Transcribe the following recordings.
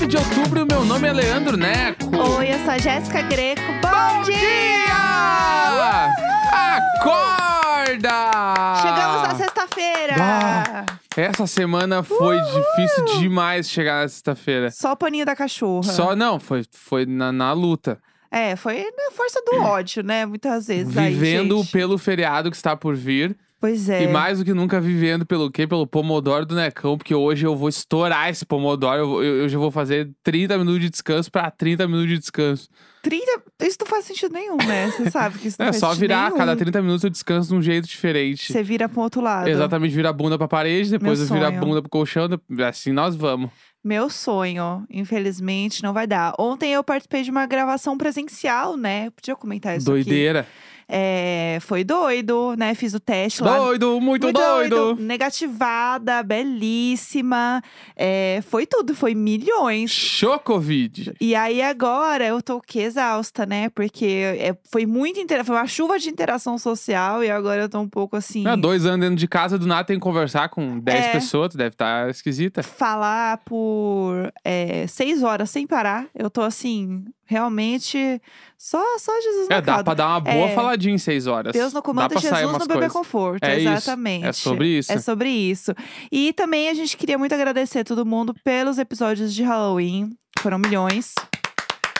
um de outubro, meu nome é Leandro Neco. Oi, eu sou a Jéssica Greco. Bom, dia! Acorda! Chegamos na sexta-feira! Ah, Essa semana foi difícil demais chegar na sexta-feira. Só o paninho da cachorra. Só não, foi, foi na, na luta. É, foi na força do ódio, né? Muitas vezes. aí, vivendo gente. pelo feriado que está por vir. Pois é. E mais do que nunca vivendo pelo quê? Pelo Pomodoro do Necão, porque hoje eu vou estourar esse Pomodoro. Eu, vou- eu, eu já vou fazer 30 minutos de descanso pra 30 minutos de descanso. 30... Isso não faz sentido nenhum, né? Você sabe que isso não É faz só sentido virar, nenhum. a cada 30 minutos eu descanso de um jeito diferente. Você vira pro outro lado. Exatamente, vira a bunda pra parede, depois Meu eu viro a sonho. bunda pro colchão, de- assim nós vamos. Meu sonho, infelizmente, não vai dar. Ontem eu participei de uma gravação presencial, né? Podia comentar isso aqui. Doideira. É, foi doido, né? Fiz o teste lá. Doido, muito, doido. Negativada, belíssima. É, foi tudo, foi milhões. Show Covid. E aí agora eu tô que exausta, né? Porque é, foi muito intera- foi uma chuva de interação social e agora eu tô um pouco assim. Não, Né, é dois anos dentro de casa, do nada tem que conversar com 10 É. pessoas, tu deve estar esquisita. Falar por é, seis horas sem parar, eu tô assim, realmente só, só Jesus É, no dá caldo. pra dar uma boa É. faladinha em 6 horas. Deus no dá comando, pra sair Jesus umas no bebê coisas. conforto. É isso, exatamente. É sobre isso. É sobre isso. E também a gente queria muito agradecer todo mundo pelos episódios de Halloween. Foram milhões.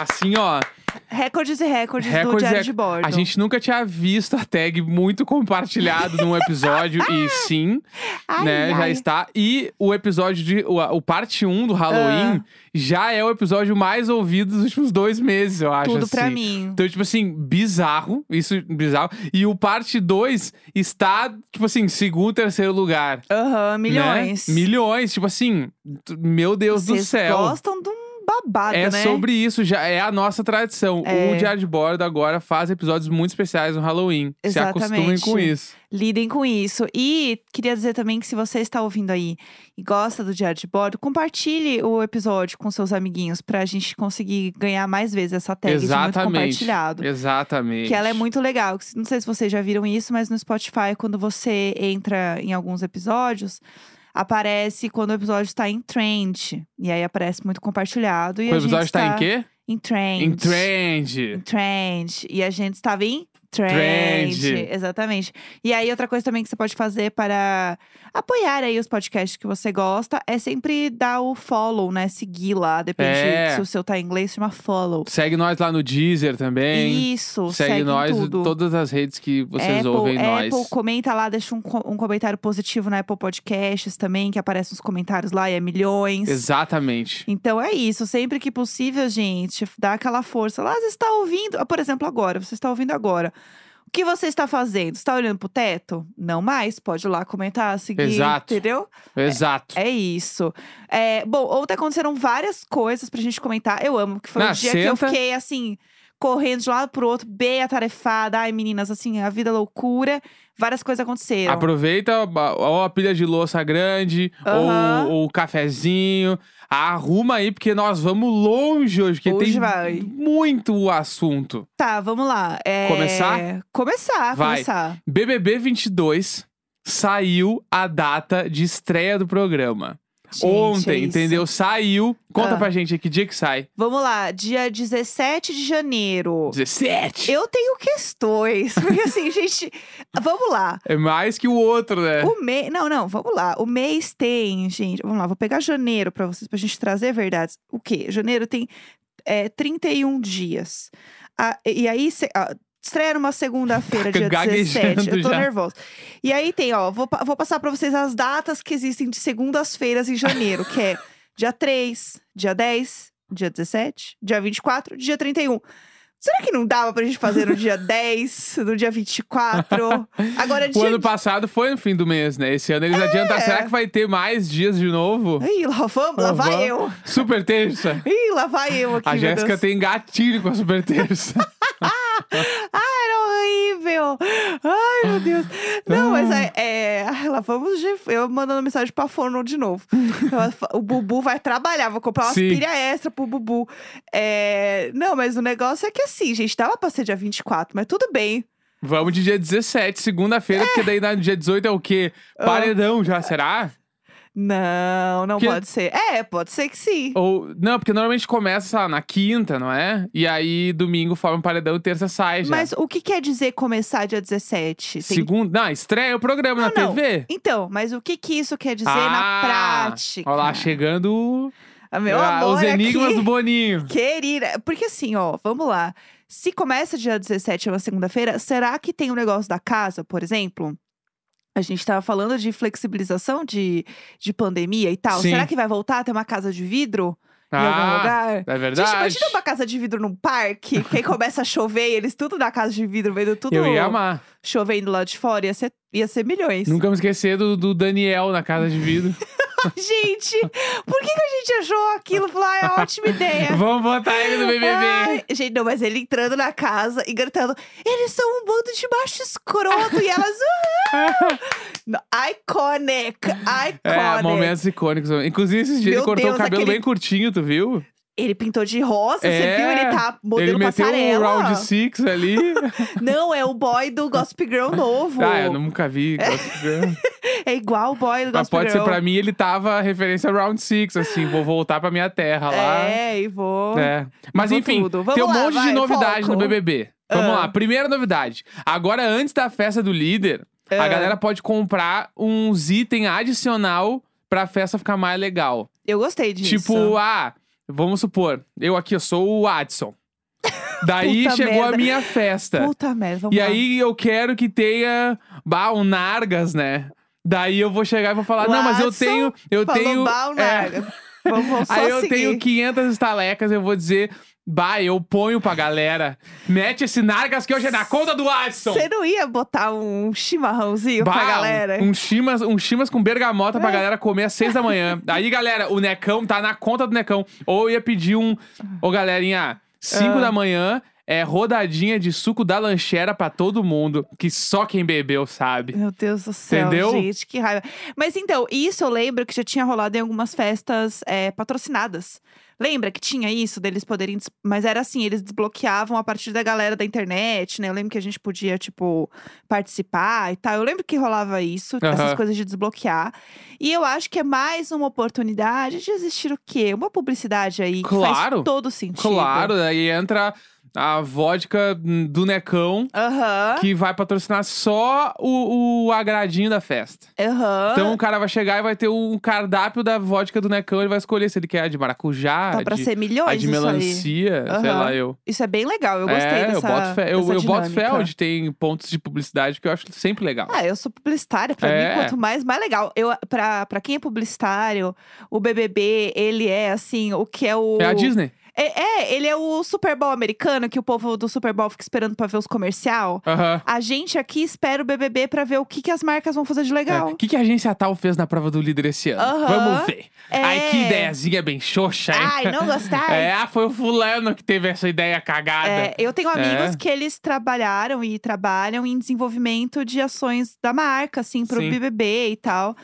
Assim, ó, Recordes e recordes, do Recordes e Diário rec- de Bordo. a gente nunca tinha visto a tag muito compartilhado num episódio, e sim, Ai, né, já ai. está. E o episódio de. O, o parte 1 do Ah. Halloween já é o episódio mais ouvido dos últimos dois meses, eu acho. Tudo assim. pra mim. Então, tipo assim, bizarro. Isso, bizarro. E o parte 2 está, tipo assim, segundo, terceiro lugar. Aham, milhões. Né? Milhões. Tipo assim, t- meu Deus do Vocês céu. gostam de um babado, É né? sobre isso, já é a nossa tradição. É. O Diário de Bordo agora faz episódios muito especiais no Halloween. Se acostumem Exatamente. com isso. Lidem com isso. E queria dizer também que se você está ouvindo aí e gosta do Diário de Bordo, compartilhe o episódio com seus amiguinhos pra gente conseguir ganhar mais vezes essa tag de muito Exatamente. compartilhado. Exatamente. Que ela é muito legal. que- Não sei se vocês já viram isso, mas no Spotify, quando você entra em alguns episódios, aparece quando o episódio está em trend. E aí aparece muito compartilhado. E O a episódio gente tá está em quê? Em trend. Em trend. Em trend. E a gente estava em trend. Trend. Exatamente. E aí, outra coisa também que você pode fazer para apoiar aí os podcasts que você gosta é sempre dar o follow, né? Seguir lá. Depende É. se o seu tá em inglês, chama follow. Segue nós lá no Deezer também. Isso, segue, segue em nós em tudo. todas as redes que vocês Apple, ouvem Apple, nós. comenta lá, deixa um, co- um comentário positivo na Apple Podcasts também, que aparece nos comentários lá e é milhões. Exatamente. Então é isso, sempre que possível, gente, dá aquela força. Lá, você está ouvindo, ah, por exemplo, agora, você está ouvindo agora. O que você está fazendo? Você está olhando pro teto? Não mais, pode ir lá comentar, seguir, Exato. entendeu? Exato. É isso. É, bom, ontem aconteceram várias coisas pra gente comentar. Eu amo, que foi Ah, o dia que senta. eu fiquei assim, correndo de um lado pro outro, bem atarefada. Ai, meninas, assim, a vida é loucura. Várias coisas aconteceram. Aproveita a- ou a pilha de louça grande, Aham. ou, ou o cafezinho. Arruma aí, porque nós vamos longe hoje, porque Hoje tem vai. muito assunto. Tá, vamos lá. É, Começar? Começar, Vai. começar. BBB 22 saiu a data de estreia do programa. Gente, é Ontem, isso. entendeu? Saiu. Conta Ah. pra gente aí que dia que sai. Vamos lá, dia 17 de janeiro. 17! Eu tenho questões, porque assim, gente, vamos lá. É mais que o outro, né? O mês. Não, não, vamos lá. O mês tem, gente. Vamos lá, vou pegar janeiro pra vocês, pra gente trazer verdades. O quê? Janeiro tem é, 31 dias. Ah, e e aí. se- ah, Estreia numa segunda-feira, dia Gaguejando 17. Eu tô já. nervosa. E aí tem, ó, vou, pa- vou passar pra vocês as datas que existem de segundas-feiras em janeiro, que é dia 3, dia 10, dia 17, dia 24, dia 31. Será que não dava pra gente fazer no dia 10, no dia 24? Agora, O dia É. ano passado foi no fim do mês, né? Esse ano eles adiantaram. Será que vai ter mais dias de novo? Ih, lá vamos, lá Lá vai vamos. eu. Super terça. Ih, lá vai eu aqui. A meu Jéssica Deus. tem gatilho com a super terça. Era horrível. Ai, meu Deus. Não, mas Ah. é. é... ai, lá vamos de. Eu mandando mensagem pra Fono de novo. Ela fa- o Bubu vai trabalhar, vou comprar umas Sim. pilhas extra pro Bubu. É, Não, mas o negócio é que assim, gente, dava pra ser dia 24, mas tudo bem. Vamos Ah. de dia 17, segunda-feira, porque daí na dia 18 é o quê? Paredão já, será? Não, não Que- pode ser. É, pode ser que sim. Ou, não, porque normalmente começa sei lá, na quinta, não é? E aí domingo forma um paredão e terça sai já. Mas o que quer dizer começar dia 17? Tem- Segunda. Não, estreia o programa Não, na não. TV. Então, mas o que que isso quer dizer Ah, na prática? Olha lá, chegando Ah, Meu ah, amor, os enigmas aqui, do Boninho. Querida, porque assim, ó, vamos lá. Se começa dia 17, é uma segunda-feira, será que tem o negócio da casa, por exemplo? A gente tava falando de flexibilização de, de pandemia e tal. Sim. Será que vai voltar a ter uma casa de vidro em algum Ah, lugar? é verdade. Gente, imagina uma casa de vidro num parque, que aí começa a chover e eles tudo na casa de vidro, vendo tudo Eu ia amar. chovendo lá de fora, ia ser, ia ser milhões. Nunca me esquecer do, do Daniel na casa de vidro. Gente, por que, que a gente achou aquilo? Falou, ah, é Ah. uma ótima ideia. Vamos botar ele no BBB. Ai, gente, não, mas ele entrando na casa e gritando: eles são um bando de macho escroto e elas. "Uhul!" No- Iconic! Iconic! É, momentos icônicos. Inclusive, esse dia ele Meu cortou Deus, o cabelo aquele- bem curtinho, tu viu? Ele pintou de rosa, É, você viu? Ele tá modelo ele meteu um passarela. round six ali. Não, é o boy do Gossip Girl novo. ah, eu nunca vi. Gossip Girl. É igual o boy Mas do Gossip pode ser Girl. pra mim, ele tava referência round six, assim, vou voltar pra minha terra lá. É, e vou. É. Mas Vou enfim, tudo. Vamos tem um lá, monte de vai, novidade foco. no BBB. Vamos Ah. lá, primeira novidade. Agora, antes da festa do líder, a Ah. galera pode comprar uns itens adicional pra festa ficar mais legal. Eu gostei disso. Tipo, ah, vamos supor, eu aqui, eu sou o Adson. Daí Puta chegou merda. a minha festa. Puta merda, vamos E lá. aí eu quero que tenha bah, um Nargas, né? Daí eu vou chegar e vou falar: O "Não, mas eu Adson tenho, eu Falou tenho, Bal é, Naga. Vamos, vamos só aí eu seguir. tenho 500 estalecas, eu vou dizer: "Bah, eu ponho pra galera. Mete esse Nargas que hoje é na conta do Adson." Você não ia botar um chimarrãozinho Bah, pra galera? É. Um, um chimas, um chimas com bergamota pra galera comer às seis da manhã. Aí, galera, o necão tá na conta do necão. Ou eu ia pedir um. Ô, galerinha, cinco Ah. da manhã é rodadinha de suco da lanchera pra todo mundo, que só quem bebeu sabe. Meu Deus do céu, Entendeu? gente, que raiva. Mas então, isso eu lembro que já tinha rolado em algumas festas é, patrocinadas. Lembra que tinha isso deles poderem. des- Mas era assim, eles desbloqueavam a partir da galera da internet, né? Eu lembro que a gente podia, tipo, participar e tal. Eu lembro que rolava isso, essas Aham. coisas de desbloquear. E eu acho que é mais uma oportunidade de existir o quê? Uma publicidade aí que Claro. faz todo sentido. Claro, aí entra a vodka hum, do necão. Aham. Que vai patrocinar só o, o agradinho da festa. Aham. Então o cara vai chegar e vai ter um cardápio da vodka do Necão. Ele vai escolher se ele quer a de maracujá, Dá Tá Então, pra de ser milhões A de isso aí. melancia, sei Aham. lá, eu. Isso é bem legal, eu gostei é, dessa eu boto fé. Eu, dessa eu boto fé dinâmica. onde tem pontos de publicidade, que eu acho sempre legal. Ah, eu sou publicitária, pra É. mim, quanto mais, mais legal. Eu, pra, pra quem é publicitário, o BBB, ele é, assim, o que é o... É a Disney. É, é, ele é o Super Bowl americano, que o povo do Super Bowl fica esperando pra ver os comercial. Aham. A gente aqui espera o BBB pra ver o que, que as marcas vão fazer de É. legal. O que, que a agência tal fez na prova do líder esse ano? Aham. Vamos ver. É. Ai, que ideiazinha bem xoxa, hein? Ai, não gostar? É, ah, foi o fulano que teve essa ideia cagada. É, eu tenho amigos É. que eles trabalharam e trabalham em desenvolvimento de ações da marca, assim, pro Sim. BBB e tal.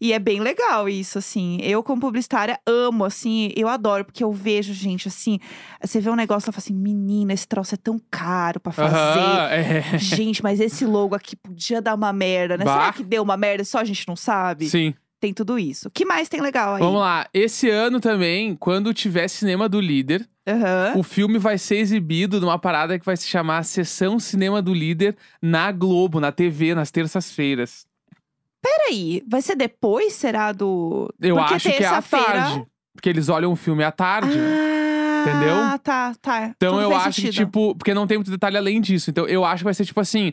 E é bem legal isso, assim. Eu, como publicitária, amo, assim, eu adoro, porque eu vejo, gente, assim, você vê um negócio e fala assim, menina, esse troço é tão caro pra fazer. Aham, é. Gente, mas esse logo aqui podia dar uma merda, né? Bah. Será que deu uma merda e só a gente não sabe? Sim. Tem tudo isso. que mais tem legal aí? Vamos lá. Esse ano também, quando tiver cinema do líder, Aham. O filme vai ser exibido numa parada que vai se chamar Sessão Cinema do Líder na Globo, na TV, nas terças-feiras. Peraí, vai ser depois, será, do... Eu Porque acho que é à terça-feira- tarde. Porque eles olham o filme à tarde. Entendeu? Ah, tá, tá. então Tudo eu fez acho que, sentido. tipo, porque não tem muito detalhe além disso. Então eu acho que vai ser tipo assim: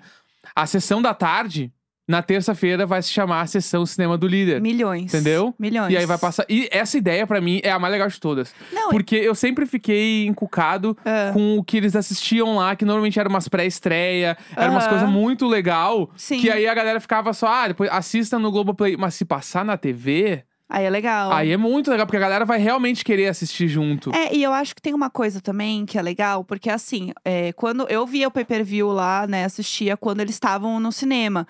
a sessão da tarde, na terça-feira, vai se chamar Sessão Cinema do Líder. Milhões. tipo, Entendeu? Milhões. E aí vai passar. E essa ideia, pra mim, é a mais legal de todas. Não, Porque eu sempre fiquei encucado Ah. com o que eles assistiam lá, que normalmente era umas pré-estreia, era umas Aham. coisas muito legal. sim. Que aí a galera ficava só, ah, depois assista no Globoplay. Mas se passar na TV, Aí é legal. aí é muito legal, porque a galera vai realmente querer assistir junto. É, e eu acho que tem uma coisa também que é legal, porque assim, é, quando eu via o pay-per-view lá, né, assistia quando eles estavam no cinema.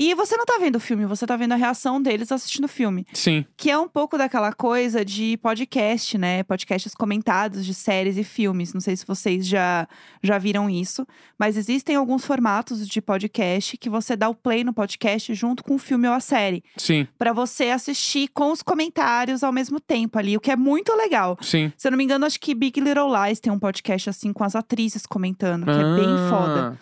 E você não tá vendo o filme, você tá vendo a reação deles assistindo o filme. Sim. Que é um pouco daquela coisa de podcast, né? Podcasts comentados de séries e filmes. Não sei se vocês já, já viram isso. Mas existem alguns formatos de podcast que você dá o play no podcast junto com o filme ou a série. Sim. Pra você assistir com os comentários ao mesmo tempo ali, o que é muito legal. Sim. Se eu não me engano, acho que Big Little Lies tem um podcast assim com as atrizes comentando, que é Ah. bem foda.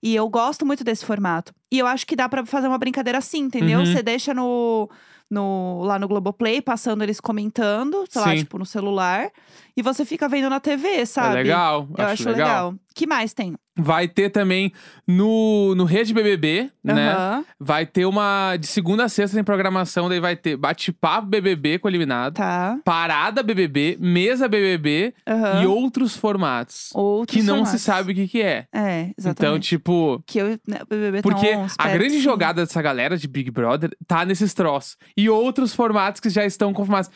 E eu gosto muito desse formato. E eu acho que dá pra fazer uma brincadeira assim, entendeu? Uhum. Você deixa no, no lá no Globoplay, passando eles comentando, sei lá, Sim. tipo no celular, e você fica vendo na TV, É sabe? legal. Eu acho legal. Que mais tem? Vai ter também no, no Rede BBB, né? Aham, Vai ter uma. De segunda a sexta tem programação, daí vai ter bate-papo BBB com eliminado, Tá. parada BBB, mesa BBB Aham. e outros formatos. Outros que não formatos. se sabe o que, que é. É, Então, exatamente. tipo. que eu, né, o BBB tá Porque um a aspecto, grande assim. jogada dessa galera de Big Brother tá nesses troços. E outros formatos que já estão confirmados.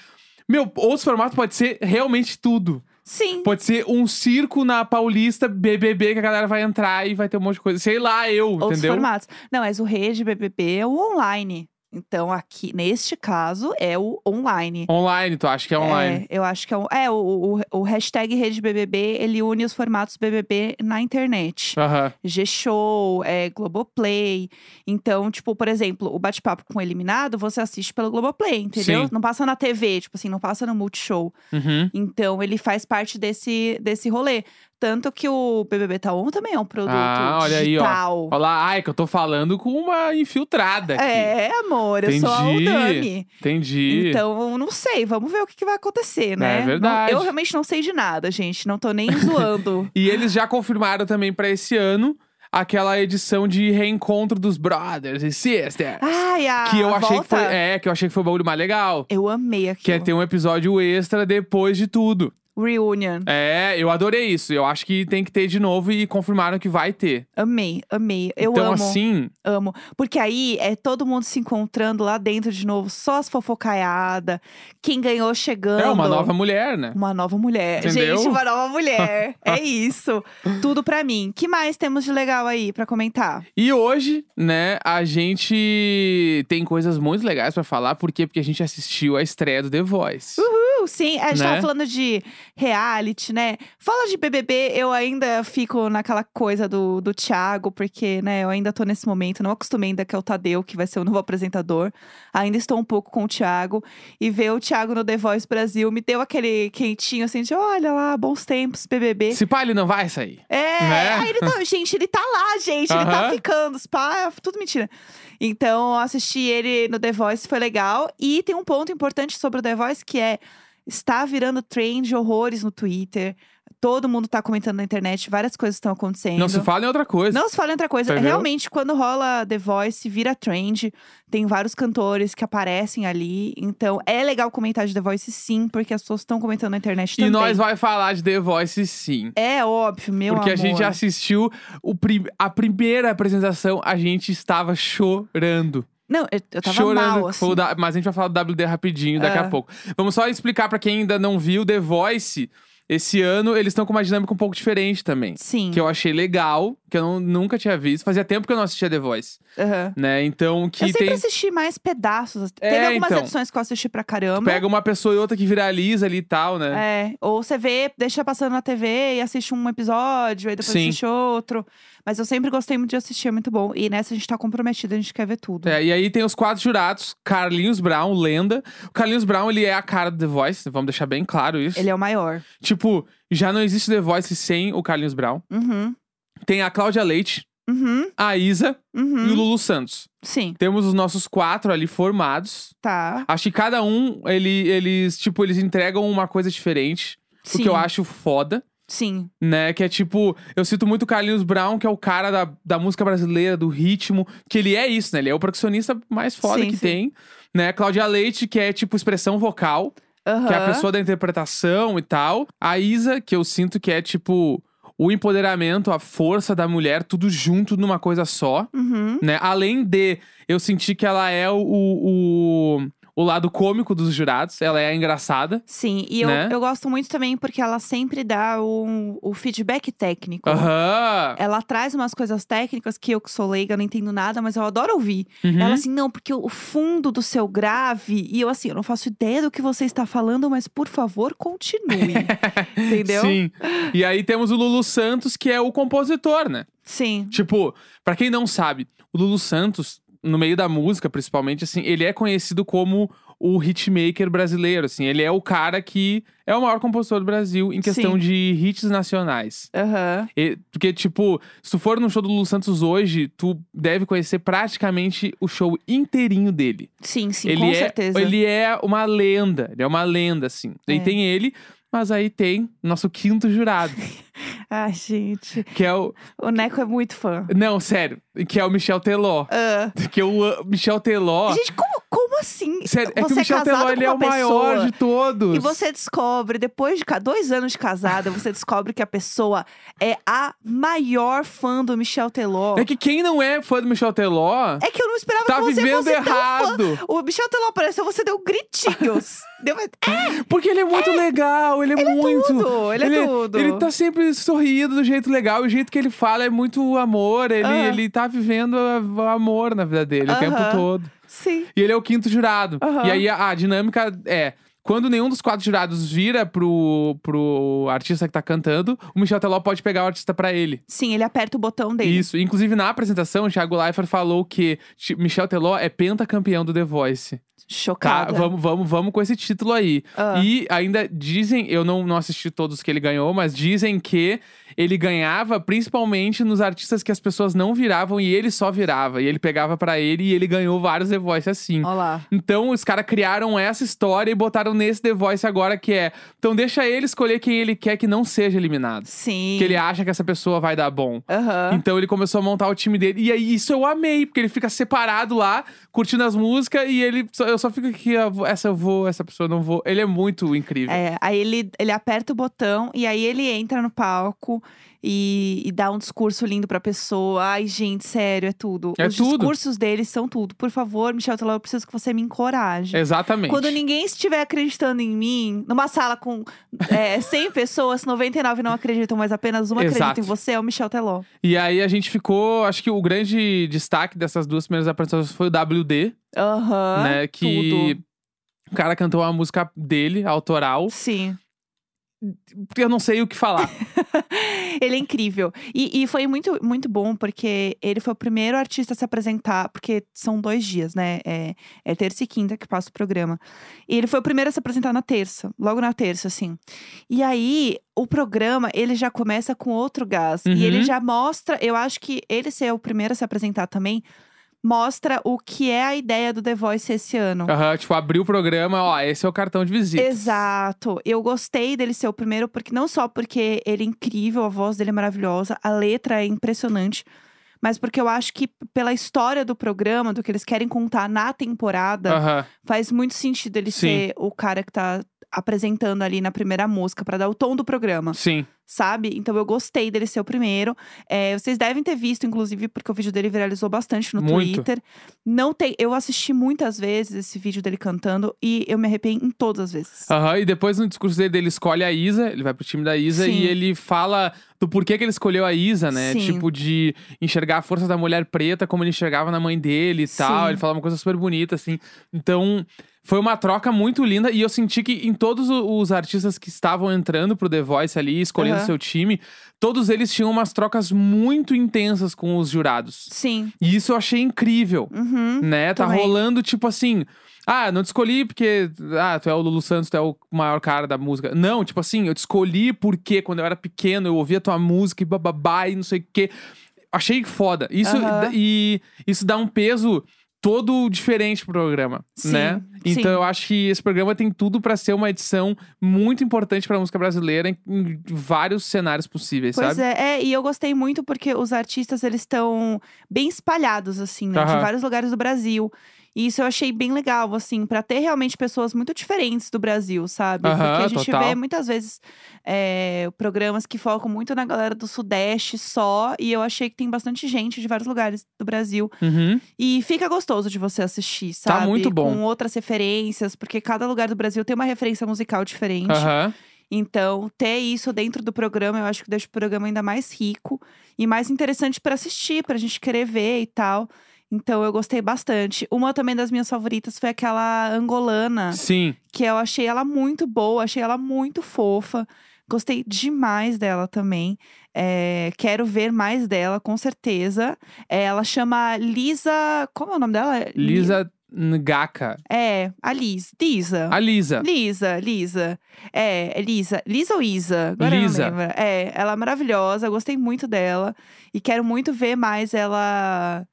Meu, outros formatos pode ser realmente tudo. Sim. Pode ser um circo na Paulista, BBB, que a galera vai entrar e vai ter um monte de coisa. Sei lá, eu, Outros entendeu? formatos. Não, mas o rede BBB é o online. Então, aqui, neste caso, é o online. Online, tu acha que é online? É, eu acho que é, um, é o, o, o hashtag Rede BBB, ele une os formatos BBB na internet. Aham. G-Show, é, Globoplay. Então, tipo, por exemplo, o bate-papo com o eliminado, você assiste pelo Globoplay, entendeu? Sim. Não passa na TV, tipo assim, não passa no Multishow. Uhum. Então, ele faz parte desse, desse rolê. Tanto que o BBB Tá On também é um produto Ah, olha aí, ó. digital. Olha lá, ai, que eu tô falando com uma infiltrada aqui. É, amor, eu sou a Entendi. Aldami. Entendi. Então, não sei, vamos ver o que, que vai acontecer, né? Não- É verdade. eu realmente não sei de nada, gente. Não tô nem zoando. E eles já confirmaram também pra esse ano aquela edição de reencontro dos brothers e sisters. Ai, a que eu achei que Ah, volta, foi, é, que eu achei que foi o bagulho mais legal. Eu amei aquilo. Que é ter um episódio extra depois de tudo. Reunion. É, eu adorei isso. Eu acho que tem que ter de novo e confirmaram que vai ter. Amei, amei. Eu então, amo, assim, amo. Porque aí é todo mundo se encontrando lá dentro de novo, só as fofocaiadas. Quem ganhou chegando. é uma nova mulher, né? Uma nova mulher. Entendeu? Gente, uma nova mulher. é isso. Tudo pra mim. que mais temos de legal aí pra comentar? E hoje, né, a gente tem coisas muito legais pra falar. Por quê? Porque a gente assistiu a estreia do The Voice. Uh, sim, a gente Né? tava falando de reality, né? Fala de BBB, eu ainda fico naquela coisa do, do Thiago, porque, né, eu ainda tô nesse momento, não acostumei ainda que é o Tadeu, que vai ser o novo apresentador. Ainda estou um pouco com o Thiago. E ver o Thiago no The Voice Brasil me deu aquele quentinho, assim, de olha lá, bons tempos, BBB. Se pá, ele não vai sair. É, Né? aí ele tá, gente, ele tá lá, gente, ele tá Aham. ficando, spa, tudo mentira. Então, assistir ele no The Voice foi legal. E tem um ponto importante sobre o The Voice que é: está virando trend horrores no Twitter. Todo mundo tá comentando na internet, várias coisas estão acontecendo. Não se fala em outra coisa. Não se fala em outra coisa. Entendeu? Realmente, quando rola The Voice, vira trend. Tem vários cantores que aparecem ali. Então, é legal comentar de The Voice, sim, porque as pessoas estão comentando na internet e também. nós vai falar de The Voice sim. É óbvio, meu Porque amor. a gente assistiu o prim- a primeira apresentação, a gente estava chorando. Não, eu, eu tava chorando. mal, que foi assim. o da- Mas a gente vai falar do WD rapidinho daqui É. a pouco. Vamos só explicar pra quem ainda não viu The Voice. Esse ano eles estão com uma dinâmica um pouco diferente também. Sim. Que eu achei legal, que eu não- nunca tinha visto. Fazia tempo que eu não assistia The Voice, aham. né? Então, que Eu sempre tem. assisti mais pedaços. assim. É, Teve algumas então. edições que eu assisti pra caramba. Pega uma pessoa e outra que viraliza ali e tal, né? né? É, ou você vê, deixa passando na TV e assiste um episódio, aí depois Sim. assiste outro. Mas eu sempre gostei muito de assistir, é muito bom. E nessa a gente tá comprometida, a gente quer ver tudo. É, e aí tem os quatro jurados, Carlinhos Brown, lenda. O Carlinhos Brown, ele é a cara do The Voice, vamos deixar bem claro isso. Ele é o maior. Tipo, já não existe The Voice sem o Carlinhos Brown. Uhum. Tem a Cláudia Leite, Uhum. a Isa Uhum. e o Lulu Santos. Sim, Temos os nossos quatro ali formados. tá. Acho que cada um, ele, eles, tipo, eles entregam uma coisa diferente. Sim. O que eu acho foda, Sim. né? Que é tipo, eu cito muito o Carlinhos Brown, que é o cara da, da música brasileira, do ritmo. Que ele é isso, né? Ele é o percussionista mais foda Sim, que sim. tem. Né? Cláudia Leite, que é tipo expressão vocal. Aham. que é a pessoa da interpretação e tal. A Isa, que eu sinto que é tipo o empoderamento, a força da mulher, tudo junto numa coisa só, Uhum. né? Além de eu sentir que ela é o, o, o lado cômico dos jurados. Ela é engraçada. Sim, e eu, Né? eu gosto muito também porque ela sempre dá um, o feedback técnico. Aham. Ela traz umas coisas técnicas que eu que sou leiga, não entendo nada, mas eu adoro ouvir. Uhum. Ela assim, não, porque o fundo do seu grave, e eu assim, eu não faço ideia do que você está falando, mas por favor, continue. Entendeu? Sim. E aí temos o Lulu Santos, que é o compositor, né? Sim. Tipo, pra quem não sabe, o Lulu Santos, no meio da música, principalmente, assim, ele é conhecido como o hitmaker brasileiro, assim. Ele é o cara que é o maior compositor do Brasil em questão Sim. de hits nacionais. Aham. E- porque, tipo, se tu for num show do Lulu Santos hoje, tu deve conhecer praticamente o show inteirinho dele. Sim, sim, ele com é, certeza. Ele é uma lenda, ele é uma lenda, assim. Aí É. tem ele, mas aí tem nosso quinto jurado, Ai, gente. que é o... O Neco é muito fã. Não, sério, que é o Michel Teló. Ah. Que eu amo. Michel Teló. Gente, como, como assim? Sério, é que você o Michel casado Teló com ele é uma o maior pessoa de todos. E você descobre, depois de ca- dois anos de casada, você descobre que a pessoa é a maior fã do Michel Teló. É que quem não é fã do Michel Teló É que eu não esperava tá que você vivendo fosse tão fã. errado. O Michel Teló apareceu, você deu gritinhos. deu... É, Porque ele é muito legal, ele é muito. tudo, ele é tudo. Ele tá sempre sorrindo do jeito legal, o jeito que ele fala é muito amor. Ele, Aham. ele tá vivendo a- amor na vida dele o tempo Ah. Aham. todo. sim. E ele é o quinto jurado. Aham. E aí a, a dinâmica é. Quando nenhum dos quatro jurados vira pro, pro artista que tá cantando, o Michel Teló pode pegar o artista pra ele. Sim, ele aperta o botão dele. Isso. Inclusive, na apresentação, o Thiago Leifert falou que Ti- Michel Teló é pentacampeão do The Voice. Tá? Chocada. Vamos, vamos, vamos com esse título aí. Ah. E ainda dizem, eu não, não assisti todos que ele ganhou, mas dizem que ele ganhava principalmente nos artistas que as pessoas não viravam e ele só virava. E ele pegava pra ele e ele ganhou vários The Voice assim. Olha lá. Então, os caras criaram essa história e botaram nesse The Voice agora, que é. Então, deixa ele escolher quem ele quer que não seja eliminado. Sim. Que ele acha que essa pessoa vai dar bom. Aham. Então ele começou a montar o time dele. E aí isso eu amei, porque ele fica separado lá, curtindo as músicas, e ele. só- eu só fico aqui, ah, vou- essa eu vou, essa pessoa eu não vou. Ele é muito incrível. É, aí ele, ele aperta o botão e aí ele entra no palco e, e dá um discurso lindo pra pessoa. Ai, gente, sério, é tudo. É Os tudo. discursos deles são tudo. Por favor, Michel Teló, eu preciso que você me encoraje. Exatamente. Quando ninguém estiver acreditando em mim, numa sala com é, 100 pessoas, 99 não acreditam, mas apenas uma Exato. acredita em você, é o Michel Teló. E aí a gente ficou. Acho que o grande destaque dessas duas primeiras apresentações foi o WD, Aham. né? Que. tudo. O cara cantou uma música dele, autoral. Sim. Eu não sei o que falar. Ele é incrível. E, e foi muito, muito bom, porque ele foi o primeiro artista a se apresentar, porque são dois dias, né? É, é terça e quinta que passa o programa. E ele foi o primeiro a se apresentar na terça, logo na terça, assim. E aí, o programa, ele já começa com outro gás. Uhum. E ele já mostra, eu acho que ele ser o primeiro a se apresentar também, mostra o que é a ideia do The Voice esse ano. Aham, tipo, abriu o programa, ó, esse é o cartão de visita. Exato. Eu gostei dele ser o primeiro, porque não só porque ele é incrível, a voz dele é maravilhosa, a letra é impressionante, mas porque eu acho que pela história do programa, do que eles querem contar na temporada, Aham. faz muito sentido ele Ah. Sim. ser o cara que tá apresentando ali na primeira música pra dar o tom do programa, Sim. sabe? Então eu gostei dele ser o primeiro. É, vocês devem ter visto, inclusive, porque o vídeo dele viralizou bastante no Muito. Twitter. Não tem, eu assisti muitas vezes esse vídeo dele cantando e eu me arrependo em todas as vezes. Aham, e depois no discurso dele, ele escolhe a Isa, ele vai pro time da Isa Sim. e ele fala do porquê que ele escolheu a Isa, né? Sim. Tipo, de enxergar a força da mulher preta, como ele enxergava na mãe dele e tal. Sim. Ele fala uma coisa super bonita, assim. Então, foi uma troca muito linda e eu senti que em todos o- os artistas que estavam entrando pro The Voice ali, escolhendo Aham. seu time, todos eles tinham umas trocas muito intensas com os jurados. Sim. E isso eu achei incrível Uhum. né? Tá também. rolando tipo assim. Ah, não te escolhi porque. Ah, tu é o Lulu Santos, tu é o maior cara da música. Não, tipo assim, eu te escolhi porque quando eu era pequeno eu ouvia tua música e bababá e não sei o quê. Achei foda. Isso, Aham. e, isso dá um peso todo diferente pro programa, Sim, né? Então sim. eu acho que esse programa tem tudo pra ser uma edição muito importante pra música brasileira em, em vários cenários possíveis, Pois sabe? é, é, e eu gostei muito porque os artistas eles estão bem espalhados, assim, né? De Aham. vários lugares do Brasil. E isso eu achei bem legal, assim, pra ter realmente pessoas muito diferentes do Brasil, sabe? Aham, Porque a gente total. vê muitas vezes é, programas que focam muito na galera do Sudeste só. E eu achei que tem bastante gente de vários lugares do Brasil. Uhum. E fica gostoso de você assistir, Tá sabe? muito bom. Com outras referências, porque cada lugar do Brasil tem uma referência musical diferente. Aham. Então, ter isso dentro do programa, eu acho que deixa o programa ainda mais rico e mais interessante pra assistir, pra gente querer ver e tal. Então, eu gostei bastante. Uma também das minhas favoritas foi aquela angolana, Sim. que eu achei ela muito boa, achei ela muito fofa. Gostei demais dela também. É, quero ver mais dela, com certeza. É, ela chama Lisa. Como é o nome dela? Lisa Ngaka. É, a Liz. Lisa. A Lisa. Lisa, Lisa. É, é Lisa. Lisa ou Isa? Agora Lisa. Eu não lembro. É, ela é maravilhosa, eu gostei muito dela. E quero muito ver mais ela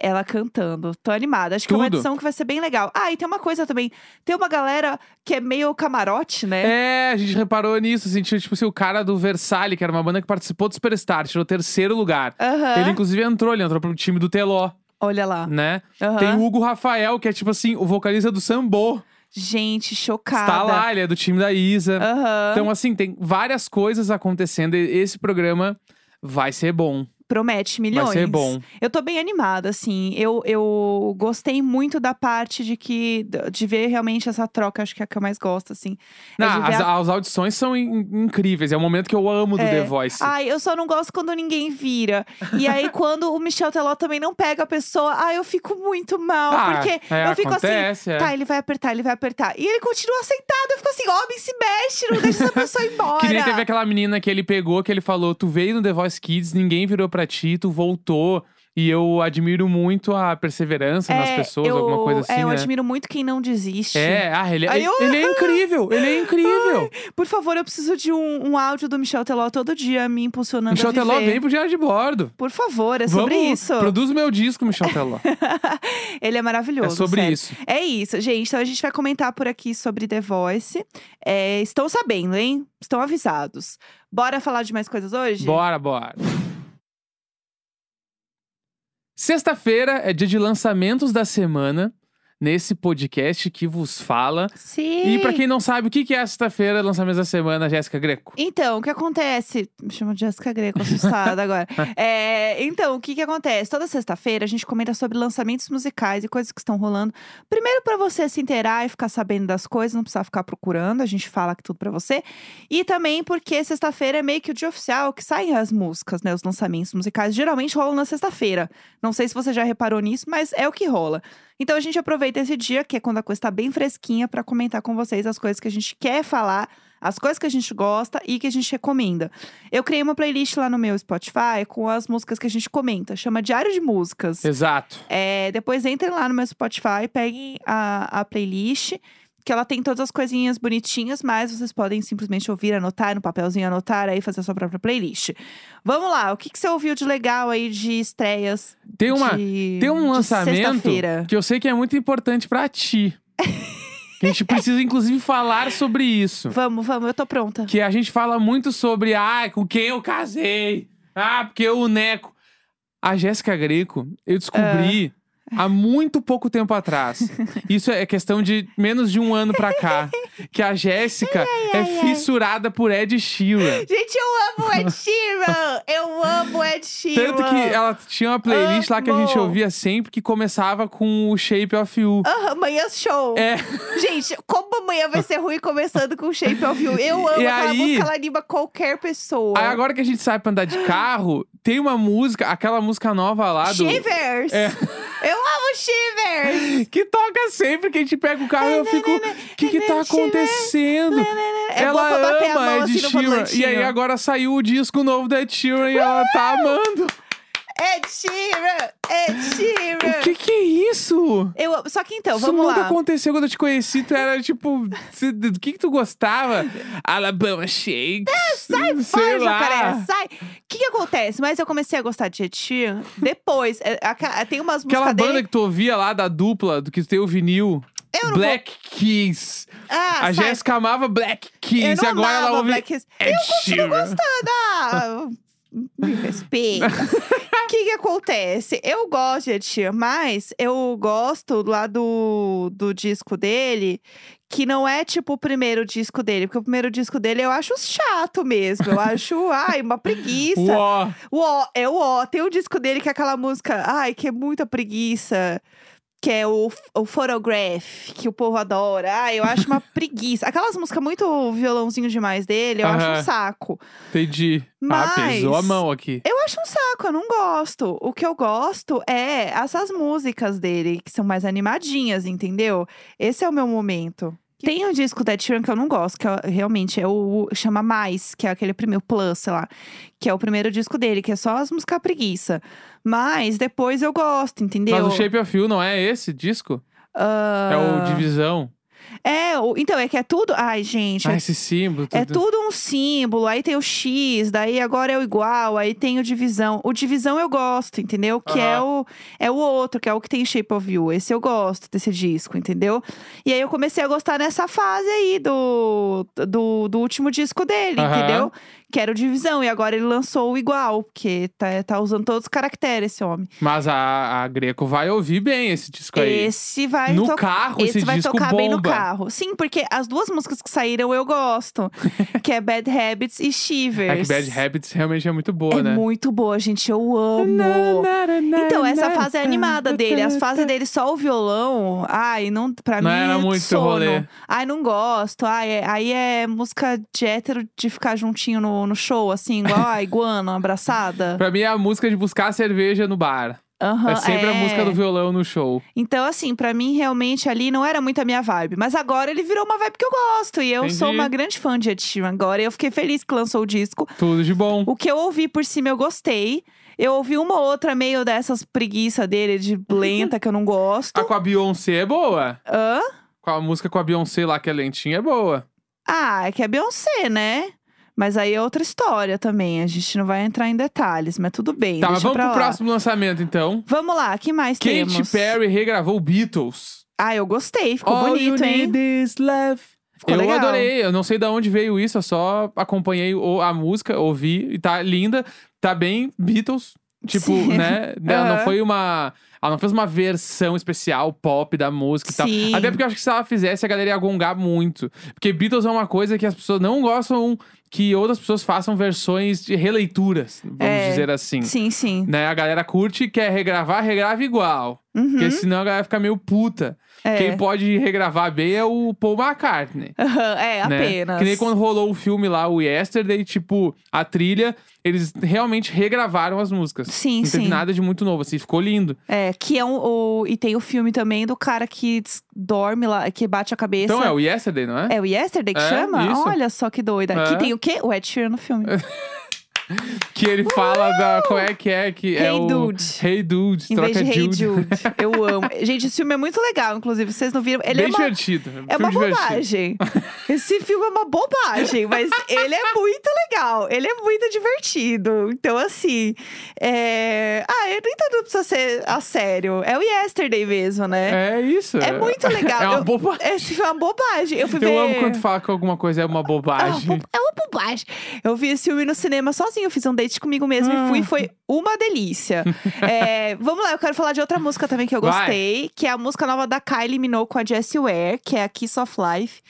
ela cantando. Tô animada. Acho que é uma Tudo. edição que vai ser bem legal. Ah, e tem uma coisa também. Tem uma galera que é meio camarote, né? É, a gente reparou nisso, assim, tinha, tipo assim, o cara do Versalhe, que era uma banda que participou do Superstar, tirou terceiro lugar. Aham. Ele, inclusive, entrou, ele entrou pro time do Teló, Olha lá. né? Aham. Tem o Hugo Rafael, que é, tipo assim, o vocalista do Sambô. Gente, chocada. Está lá, ele é do time da Isa. Aham. Então, assim, tem várias coisas acontecendo e esse programa vai ser bom. Promete milhões. Vai ser bom. Eu tô bem animada, assim. Eu, eu gostei muito da parte de que. de ver realmente essa troca, acho que é a que eu mais gosto, assim. É Não, de ver Ah, as, a- as audições são in- incríveis. É o momento que eu amo do É. The Voice. Ai, eu só não gosto quando ninguém vira. E aí, quando o Michel Teló também não pega a pessoa, ai, eu fico muito mal. Ah, porque é, eu fico acontece, assim, é. tá, ele vai apertar, ele vai apertar. E ele continua sentado, eu fico assim, homem, se mexe, não deixa essa pessoa ir embora. Que nem teve aquela menina que ele pegou, que ele falou: Tu veio no The Voice Kids, ninguém virou pra ti, tu voltou. E eu admiro muito a perseverança nas É, pessoas, eu, alguma coisa assim, é, eu né? admiro muito quem não desiste. É, ah, ele, Aí eu- ele é incrível, ele é incrível. Por favor, eu preciso de um, um áudio do Michel Teló todo dia me impulsionando Michel a Teló viver. vem pro Diário de Bordo. Por favor, é sobre Vamos, isso. Produz o meu disco, Michel Teló. Ele é é maravilhoso. sobre sério. isso. É isso, gente. Então a gente vai comentar por aqui sobre The Voice. É, estão sabendo, hein? Estão avisados. Bora falar de mais coisas hoje? Bora, bora. Sexta-feira é dia de lançamentos da semana nesse podcast que vos fala. Sim. E pra quem não sabe, o que que é sexta-feira, lançamentos da semana, Jéssica Greco? Então, o que acontece? Me chamo de Jéssica Greco, assustada agora. É, então, o que que acontece? Toda sexta-feira a gente comenta sobre lançamentos musicais e coisas que estão rolando. Primeiro pra você se inteirar e ficar sabendo das coisas, não precisar ficar procurando, a gente fala aqui tudo pra você. E também porque sexta-feira é meio que o dia oficial que saem as músicas, né? Os lançamentos musicais geralmente rolam na sexta-feira. Não sei se você já reparou nisso, mas é o que rola. Então a gente aproveita esse dia, que é quando a coisa tá bem fresquinha, pra comentar com vocês as coisas que a gente quer falar as coisas que a gente gosta e que a gente recomenda. Eu criei uma playlist lá no meu Spotify com as músicas que a gente comenta, chama Diário de Músicas. Exato. É, depois entrem lá no meu Spotify, peguem a, a playlist, que ela tem todas as coisinhas bonitinhas, mas vocês podem simplesmente ouvir, anotar no papelzinho, anotar aí fazer a sua própria playlist. Vamos lá, o que, que você ouviu de legal aí de estreias? Tem uma de- tem um de lançamento sexta-feira? que eu sei que é muito importante pra ti. Que a gente precisa inclusive falar sobre isso, Vamos, vamos, eu tô pronta. que a gente fala muito sobre ah, com quem eu casei. Ah, porque eu o neco. A Jéssica Greco, eu descobri há muito pouco tempo atrás. Isso é questão de menos de um ano pra cá, que a Jéssica é fissurada por Ed Sheeran. Gente, eu amo Ed Sheeran! eu amo Ed Sheeran! Tanto que ela tinha uma playlist lá que a gente Amo. ouvia sempre que começava com o Shape of You. Aham, amanhã show. É. Gente, como amanhã vai ser ruim começando com Shape of You? Eu amo E aquela aí- música, ela anima qualquer pessoa. Aí agora que a gente sai pra andar de carro, tem uma música, aquela música nova lá do. Shivers! É. Eu amo Shivers! Que toca sempre que a gente pega o carro e eu fico. O que que tá acontecendo? É ela bom pra bater ama a mão Ed assim no Sheeran. E aí volantinho. agora saiu o disco novo da Ed Sheeran e ela tá amando. Ed Sheeran! Ed Sheeran! O que que é isso? Eu amo- Só que então, Isso vamos nunca lá. aconteceu quando eu te conheci, tu era tipo. cê- Do que que tu gostava? Alabama Shakes. Sai Fora, jacaré, sai! O que, que acontece? Mas eu comecei a gostar de Ed Sheeran depois. É, aca- Tem umas Aquela músicas banda dele. que tu ouvia lá da dupla, do que tem o vinil. Eu não Black Keys. Ah, a sai. Jéssica amava Black Eu Keys não e agora amava ela ouve Black Keys. Ed Sheeran. gostando. Ah, Me respeita. O que, que acontece? Eu gosto de Edir, mas eu gosto lá do, do disco dele, que não é tipo o primeiro disco dele, porque o primeiro disco dele eu acho chato mesmo. Eu acho, ai, uma preguiça. Uó. Uó, é o Ó. Tem um disco dele que é aquela música, ai, que é muita preguiça. Que é o, o Photograph, que o povo adora. Ai, eu acho uma preguiça. Aquelas músicas muito violãozinho demais dele, eu acho Aham. um saco. Entendi. Mas- Ah, pesou a mão aqui. Eu acho um saco, eu não gosto. O que eu gosto é essas músicas dele, que são mais animadinhas, entendeu? Esse é o meu momento. Tem um disco da Tyrion que eu não gosto, que é- realmente é o chama Mais, que é aquele primeiro Plus, sei lá, que é o primeiro disco dele, que é só as músicas preguiça. Mas depois eu gosto, entendeu? Mas o Shape of You não é esse disco? Ah, É o Divisão. é, o- então é que é tudo, ai gente, Ah, é esse símbolo. é tudo. tudo um símbolo, aí tem o X, daí agora é o igual, aí tem o divisão. O divisão eu gosto, entendeu? Que é, o, é o outro, que é o que tem Shape of You. Esse eu gosto desse disco, entendeu? E aí eu comecei a gostar nessa fase aí do, do, do último disco dele, Aham. entendeu? Que era o divisão, e agora ele lançou o igual, porque tá, tá usando todos os caracteres esse homem. Mas a, a Greco vai ouvir bem esse disco aí. Esse vai no tocar. carro, esse, Esse vai disco tocar bomba. bem no carro. Sim, porque as duas músicas que saíram eu gosto. que é Bad Habits e Shivers. É que Bad Habits realmente é muito boa, É né? muito boa, gente. Eu amo. Então, essa fase é animada dele. As fases dele só o violão. Ai, não, pra Não mim. era muito sono. rolê. Ai, não gosto. Ai, é- aí é música de hétero de ficar juntinho no, no show, assim, igual a iguana abraçada. Pra mim é a música de buscar a cerveja no bar. Aham, é sempre a é. música do violão no show. Então, assim, pra mim, realmente, ali não era muito a minha vibe. Mas agora ele virou uma vibe que eu gosto. E eu Entendi. sou uma grande fã de Ed Sheeran agora. E eu fiquei feliz que lançou o disco. Tudo de bom. O que eu ouvi por cima, eu gostei. Eu ouvi uma outra meio dessas preguiça dele, de lenta, que eu não A gosto. com a Beyoncé é boa. Hã? Com a música com a Beyoncé lá, que é lentinha, é boa. Ah, é que é Beyoncé, né? Mas aí é outra história também. A gente não vai entrar em detalhes, mas tudo bem. tá, mas deixa vamos pra pro lá. próximo lançamento, então. Vamos lá, que mais Katy temos? Perry regravou Beatles. Ah, eu gostei. Ficou All you bonito, hein? need is love. Ficou eu legal. adorei, eu não sei de onde veio isso, eu só acompanhei o- a música, ouvi, e tá linda, tá bem Beatles. Tipo, Sim. né? Ela não Aham. foi uma. Ela não fez uma versão especial pop da música e Sim. tal. Até porque eu acho que se ela fizesse, a galera ia gongar muito. Porque Beatles é uma coisa que as pessoas não gostam que outras pessoas façam versões de releituras, vamos É. dizer assim. Sim, sim. Né? A galera curte, quer regravar, regrava igual. Uhum, Porque senão a galera fica meio puta. é. Quem pode regravar bem é o Paul McCartney. Aham, é, né? apenas. Que nem quando rolou o filme lá, o Yesterday, tipo, a trilha, eles realmente regravaram as músicas. Sim, Não teve sim. nada de muito novo, assim, ficou lindo. É, que é um. o- e tem o filme também do cara que des- dorme lá, que bate a cabeça. Então é o Yesterday, não é? É o Yesterday que É, chama? isso. Olha só que doida. É. Que tem o quê? O Ed Sheeran no filme. Que ele fala da. Qual é que é? Que é Uh! Hey o. Dude. Hey Dude, em troca vez de Hey Jude. Jude. Eu amo. Gente, esse filme é muito legal, inclusive. Vocês não viram? Ele Bem é uma, divertido. é filme uma divertido. bobagem. Esse filme é uma bobagem, mas ele é muito legal. Ele é muito divertido. Então, assim. é, Ah, eu nem tudo precisa ser a sério. É o Yesterday mesmo, né? É isso. É muito legal. É uma Eu- bobagem. Esse foi uma bobagem. Eu fui ver. Eu amo quando tu fala que alguma coisa é uma É uma bobagem. bo- é uma bobagem. Eu vi esse filme no cinema sozinho, eu fiz um date comigo mesmo Ah. e fui, foi uma delícia. É, vamos lá, eu quero falar de outra música também que eu Vai. gostei, que é a música nova da Kylie Minogue com a Jessie Ware, que é a Kiss of Life,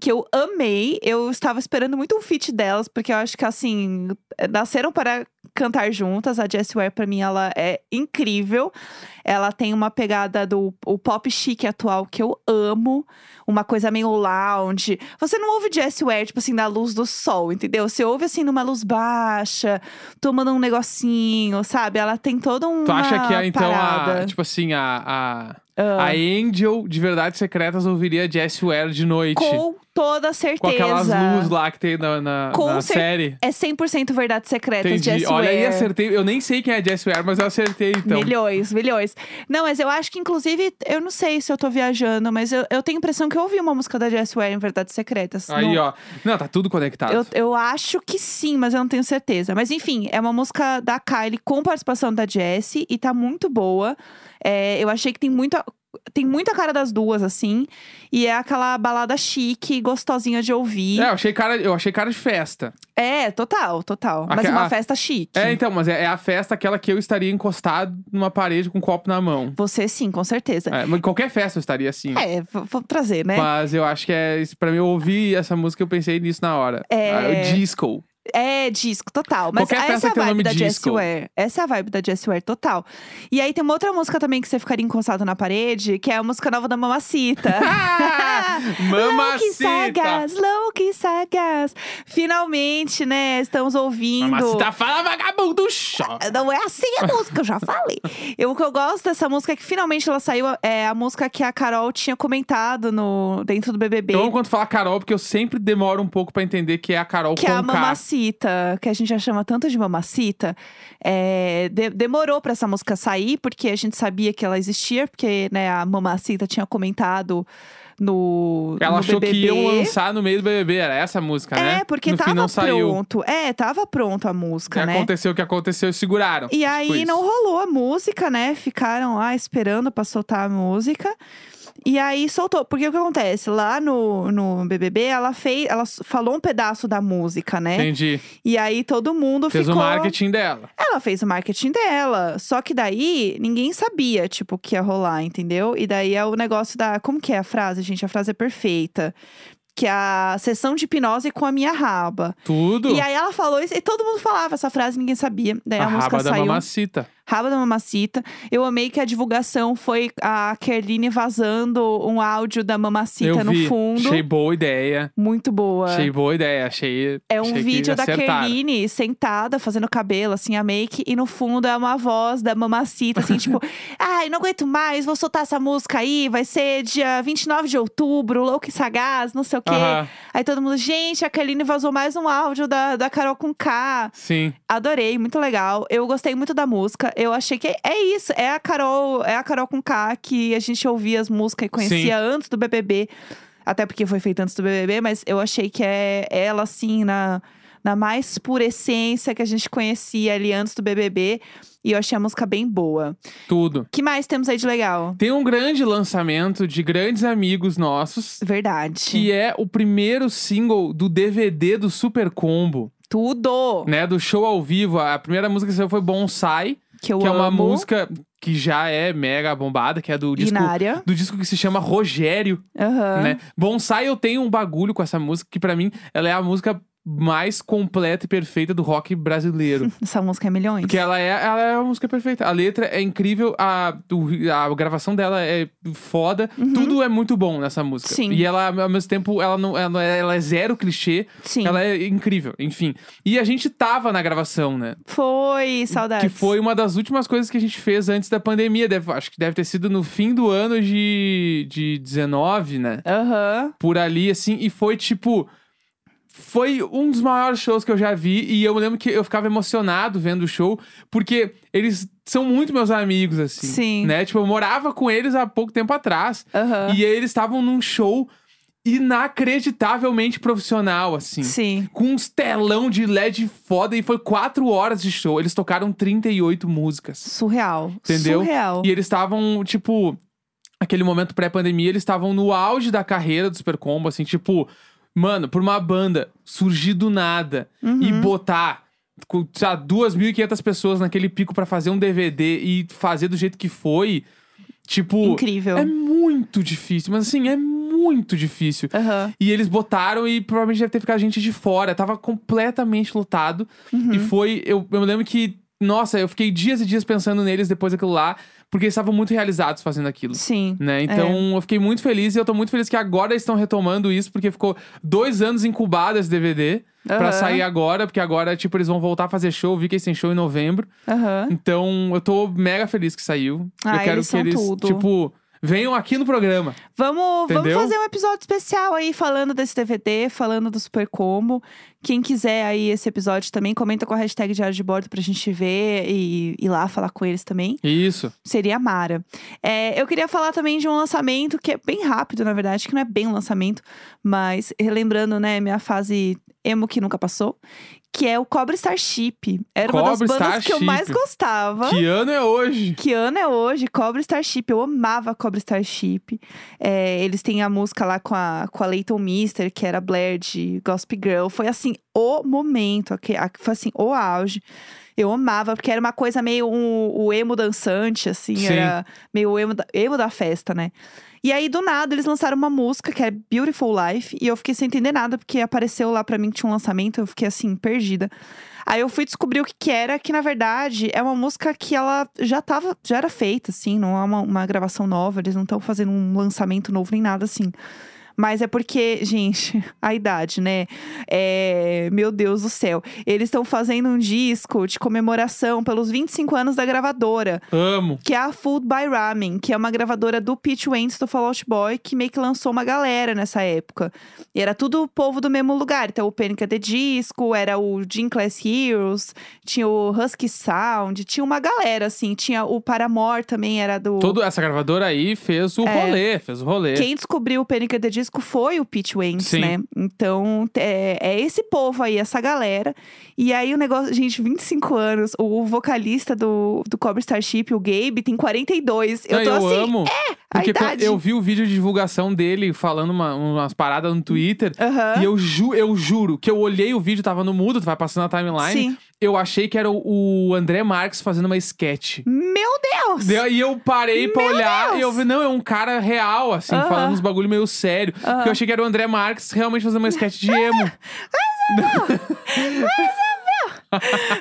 que eu amei. Eu estava esperando muito um feat delas, porque eu acho que assim, nasceram para cantar juntas. A Jessie Ware, pra mim, ela é incrível. Ela tem uma pegada do o pop chique atual que eu amo. Uma coisa meio lounge. Você não ouve Jessie Ware, tipo assim, na luz do sol, entendeu? Você ouve, assim, numa luz baixa, tomando um negocinho, sabe? Ela tem todo um Tu acha que, a, então, parada. Ah. a, tipo assim, a, a, a Angel de Verdades Secretas ouviria Jess Ware de noite? Com toda certeza. Com aquelas luzes lá que tem na, na, Com na cer- série. É 100% verdade secreta, Entendi. Jessie Olha aí, Ware. acertei. Eu nem sei quem é Jess Ware, mas eu acertei então. Milhões, milhões. Não, mas eu acho que, inclusive, eu não sei se eu tô viajando, mas eu, eu tenho a impressão que eu ouvi uma música da Jess Ware em Verdades Secretas. Aí, Não- ó. Não, tá tudo conectado. Eu, eu acho que sim, mas eu não tenho certeza. Mas enfim, é uma música da Kylie com participação da Jessie e tá muito boa. É, eu achei que tem muita Tem muita cara das duas, assim. E é aquela balada chique, gostosinha de ouvir. É, eu achei cara, eu achei cara de festa. É, total, total. Mas Aque- uma a- festa chique. É, então, mas é, é a festa aquela que eu estaria encostado numa parede com um copo na mão. Você sim, com certeza. É, mas em qualquer festa eu estaria assim. Tá. É, v- vou trazer, né? Mas eu acho que é. isso, Pra mim, eu ouvi essa música eu pensei nisso na hora. É. Ah, o disco. É, disco, total. Mas Qualquer essa festa é a que tem o vibe nome da disco. Jessware. Essa é a vibe da Jessware, total. E aí tem uma outra música também que você ficaria encostado na parede, que é a música nova da Mamacita. Louque Ah! Mamacita! sagaz, louque sagaz. Finalmente, né, estamos ouvindo. Mamacita fala vagabundo! chora. Não é assim a música, eu já falei. Eu, o que eu gosto dessa música é que finalmente ela saiu. É a música que a Carol tinha comentado no, dentro do BBB. Então, Eu amo quando fala Carol, porque eu sempre demoro um pouco pra entender que é a Carol Que com é a K. Mamacita, que a gente já chama tanto de Mamacita, é, de- demorou pra essa música sair, porque a gente sabia que ela existia, porque né, a Mamacita tinha comentado no. Ela no achou BBB. que iam lançar no meio do BBB, era essa a música, né? É, porque no tava fim não saiu. pronto. É, tava pronto a música, E né? Aconteceu o que aconteceu e seguraram. E Tipo aí isso. não rolou a música, né? Ficaram lá esperando pra soltar a música. E aí soltou. Porque o que acontece? Lá no, no BBB, ela fez, ela s- falou um pedaço da música, né? Entendi. E aí todo mundo Fez ficou. o marketing dela. Ela fez o marketing dela. Só que daí ninguém sabia, tipo, o que ia rolar, entendeu? E daí é o negócio da. Como que é a frase, gente? A frase é perfeita. Que é a sessão de hipnose com a minha raba. Tudo. E aí ela falou isso, e todo mundo falava essa frase, ninguém sabia. Daí a, Uh. a música raba da saiu. mamacita. Raba da Mamacita. Eu amei que a divulgação foi a Kerline vazando um áudio da Mamacita eu no vi. fundo. Achei boa ideia. Muito boa. Achei boa ideia. Achei. É um achei que vídeo da acertaram. Kerline sentada, fazendo cabelo, assim, a make, e no fundo é uma voz da mamacita, assim, tipo, ai, não aguento mais, vou soltar essa música aí, vai ser dia 29 de outubro, louco e sagaz, não sei o quê. Aham, Aí todo mundo, gente, a Kerline vazou mais um áudio da, da Carol com K. sim. Adorei, muito legal. Eu gostei muito da música. Eu achei que é isso, é a Carol, é a Carol com K que a gente ouvia as músicas e conhecia antes do BBB. Até porque foi feita antes do BBB, mas eu achei que é ela assim na na mais pura essência que a gente conhecia ali antes do BBB, e eu achei a música bem boa. Tudo. Que mais temos aí de legal? Tem um grande lançamento de grandes amigos nossos. Verdade. Que é o primeiro single do DVD do Super Combo, Tudo né? Do show ao vivo. A primeira música que saiu foi Bonsai. que eu que é uma amo. música que já é mega bombada, que é do disco, binária. do disco que se chama Rogério, Aham. né? Bonsai, eu tenho um bagulho com essa música, que pra mim, ela é a música mais completa e perfeita do rock brasileiro. Essa música é milhões. Porque ela é, ela é uma música perfeita. A letra é incrível, a, o- a gravação dela é foda. Tudo é muito bom nessa música. Uhum. Sim. E ela, ao mesmo tempo, ela, não, ela, ela é zero clichê. Sim. Ela é incrível, enfim. E a gente tava na gravação, né? Foi, Que saudades. foi uma das últimas coisas que a gente fez antes da pandemia. Deve- acho que deve ter sido no fim do ano de, de 19, né? Aham. Por ali, assim. E foi tipo. Foi um dos maiores shows que eu já vi. E eu lembro que eu ficava emocionado vendo o show, porque eles são muito meus amigos, assim. Sim. Né? Tipo, eu morava com eles há pouco tempo atrás. Aham. E eles estavam num show inacreditavelmente profissional, assim Sim. com uns telão de LED foda e foi quatro horas de show. Eles tocaram 38 músicas. Surreal. Entendeu? Surreal. E eles estavam, tipo, aquele momento pré-pandemia, eles estavam no auge da carreira do Super Combo, assim, tipo, mano, por uma banda surgir do nada e Uhum. botar com, sei lá, 2.500 pessoas naquele pico pra fazer um DVD e fazer do jeito que foi, tipo, Incrível. é muito difícil, mas assim, é muito difícil. Aham. E eles botaram e provavelmente deve ter ficado gente de fora. Tava completamente lotado. Uhum. E foi. Eu, eu lembro que. Nossa, eu fiquei dias e dias pensando neles depois daquilo lá, porque eles estavam muito realizados fazendo aquilo. Sim. Né? Então eu fiquei muito feliz e eu tô muito feliz que agora eles estão retomando isso, porque ficou dois anos incubado esse DVD pra Aham. sair agora, porque agora, tipo, eles vão voltar a fazer show, vi que eles têm show em novembro. Aham. Então eu tô mega feliz que saiu. Ah, eu quero eles que são eles, tudo. tipo, venham aqui no programa. Vamos, vamos Entendeu? fazer um episódio especial aí falando desse DVD, falando do Super Combo. Quem quiser aí esse episódio também, comenta com a hashtag Diário de Bordo pra gente ver e ir lá falar com eles também. Isso. Seria Mara. É, eu queria falar também de um lançamento que é bem rápido, na verdade, que não é bem um lançamento, mas relembrando, né, minha fase Emo que nunca passou, que é o Cobra Starship. Era uma das Cobra bandas que eu Starship. mais gostava. Que ano é hoje? Que ano é hoje? Cobra Starship. Eu amava Cobra Starship. É, eles têm a música lá com a, com a Leighton Mister, que era Blair de Gossip Girl. Foi assim, o momento. aque- a- Foi assim, o auge. Eu amava, porque era uma coisa meio um- o emo dançante, assim. Sim. Era meio o emo da, emo da festa, né? E aí, do nada, eles lançaram uma música que é Beautiful Life. E eu fiquei sem entender nada, porque apareceu lá pra mim que tinha um lançamento. Eu fiquei assim, perdida. Aí eu fui descobrir o que que era, que na verdade é uma música que ela já tava, já era feita, assim, não é uma, uma gravação nova, eles não estão fazendo um lançamento novo nem nada assim. Mas é porque, gente, a idade, né? É, meu Deus do céu. Eles estão fazendo um disco de comemoração pelos 25 anos da gravadora, Amo. que é a Food by Ramen, que é uma gravadora do Pete Wentz do Fall Out Boy, que meio que lançou uma galera nessa época. E era tudo o povo do mesmo lugar. Então, o Panic! at the Disco, era o Gin Class Heroes, tinha o Husky Sound, tinha uma galera, assim. Tinha o Paramore também, era do... Toda essa gravadora aí fez o rolê, fez o rolê. Tipo, É. Quem descobriu o Panic! at the Disco foi o Pete Wentz, Sim. né? Então, é, é esse povo aí, essa galera. E aí, o negócio... Gente, 25 anos. O vocalista do, do Cobra Starship, o Gabe, tem 42. Eu Não, tô assim... amo. a Porque quando idade. eu vi o vídeo de divulgação dele falando uma- umas paradas no Twitter. Aham. E eu, ju, eu juro que eu olhei o vídeo, tava no mudo, tu vai passando a timeline. Sim. Eu achei que era o, o André Marques fazendo uma sketch. Meu Deus! Deu- E eu parei pra olhar Deus! e eu vi, não, é um cara real, assim, Aham. falando uns bagulho meio sério. Porque eu achei que era o André Marques realmente fazendo uma sketch de emo.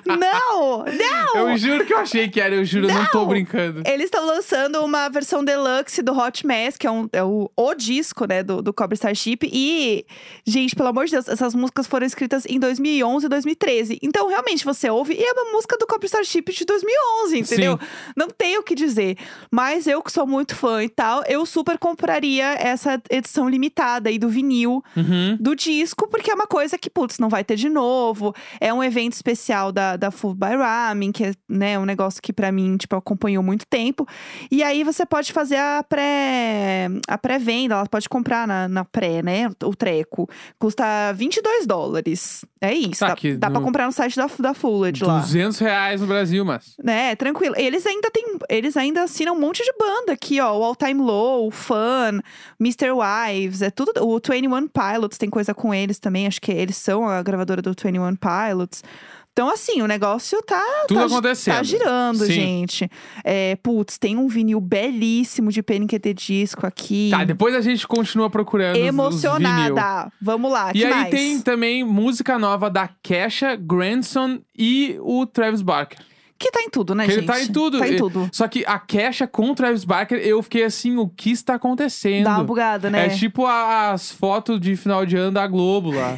Não! Não! Eu juro que eu achei que era, eu juro, eu não tô Não! brincando. Eles estão lançando uma versão deluxe do Hot Mess, que é, um, é o, o disco, né, do, do Cobra Starship. E, gente, pelo amor de Deus, essas músicas foram escritas em 2011 e 2013. Então, realmente, você ouve e é uma música do Cobra Starship de 2011, entendeu? Não tem o que dizer. Mas eu, que sou muito fã e tal, eu super compraria essa edição limitada aí do vinil. Uhum. do disco, porque é uma coisa que, putz, não vai ter de novo. É um evento especial da, da Food by Ramen, que é né, um negócio que pra mim, tipo, acompanhou muito tempo. E aí você pode fazer a pré a pré-venda, ela pode comprar na, na pré, né? O treco. Custa 22 dólares. É isso. Tá dá aqui dá pra no- comprar no site da, da Fulled lá. 200 reais no Brasil, mas. Né, tranquilo. Eles ainda tem, eles ainda assinam um monte de banda aqui, ó. O All Time Low, o Fun, Mr. Wives, é tudo. O 21 Pilots tem coisa com eles também. Acho que eles são a gravadora do 21 Pilots. Então, assim, o negócio tá. Tudo tá, gi- acontecendo. Tá girando, Sim. gente. É, putz, tem um vinil belíssimo de PNQT disco aqui. Tá, depois a gente continua procurando. os- os vinil. Emocionada. Vamos lá, E que aí mais? tem também música nova da Kesha, Grandson e o Travis Barker. Que tá em tudo, né, que gente? ele tá em tudo. Tá em E- tudo. Só que a Kesha com o Travis Barker, eu fiquei assim, o que está acontecendo? Dá uma bugada, né? É tipo a- as fotos de final de ano da Globo lá.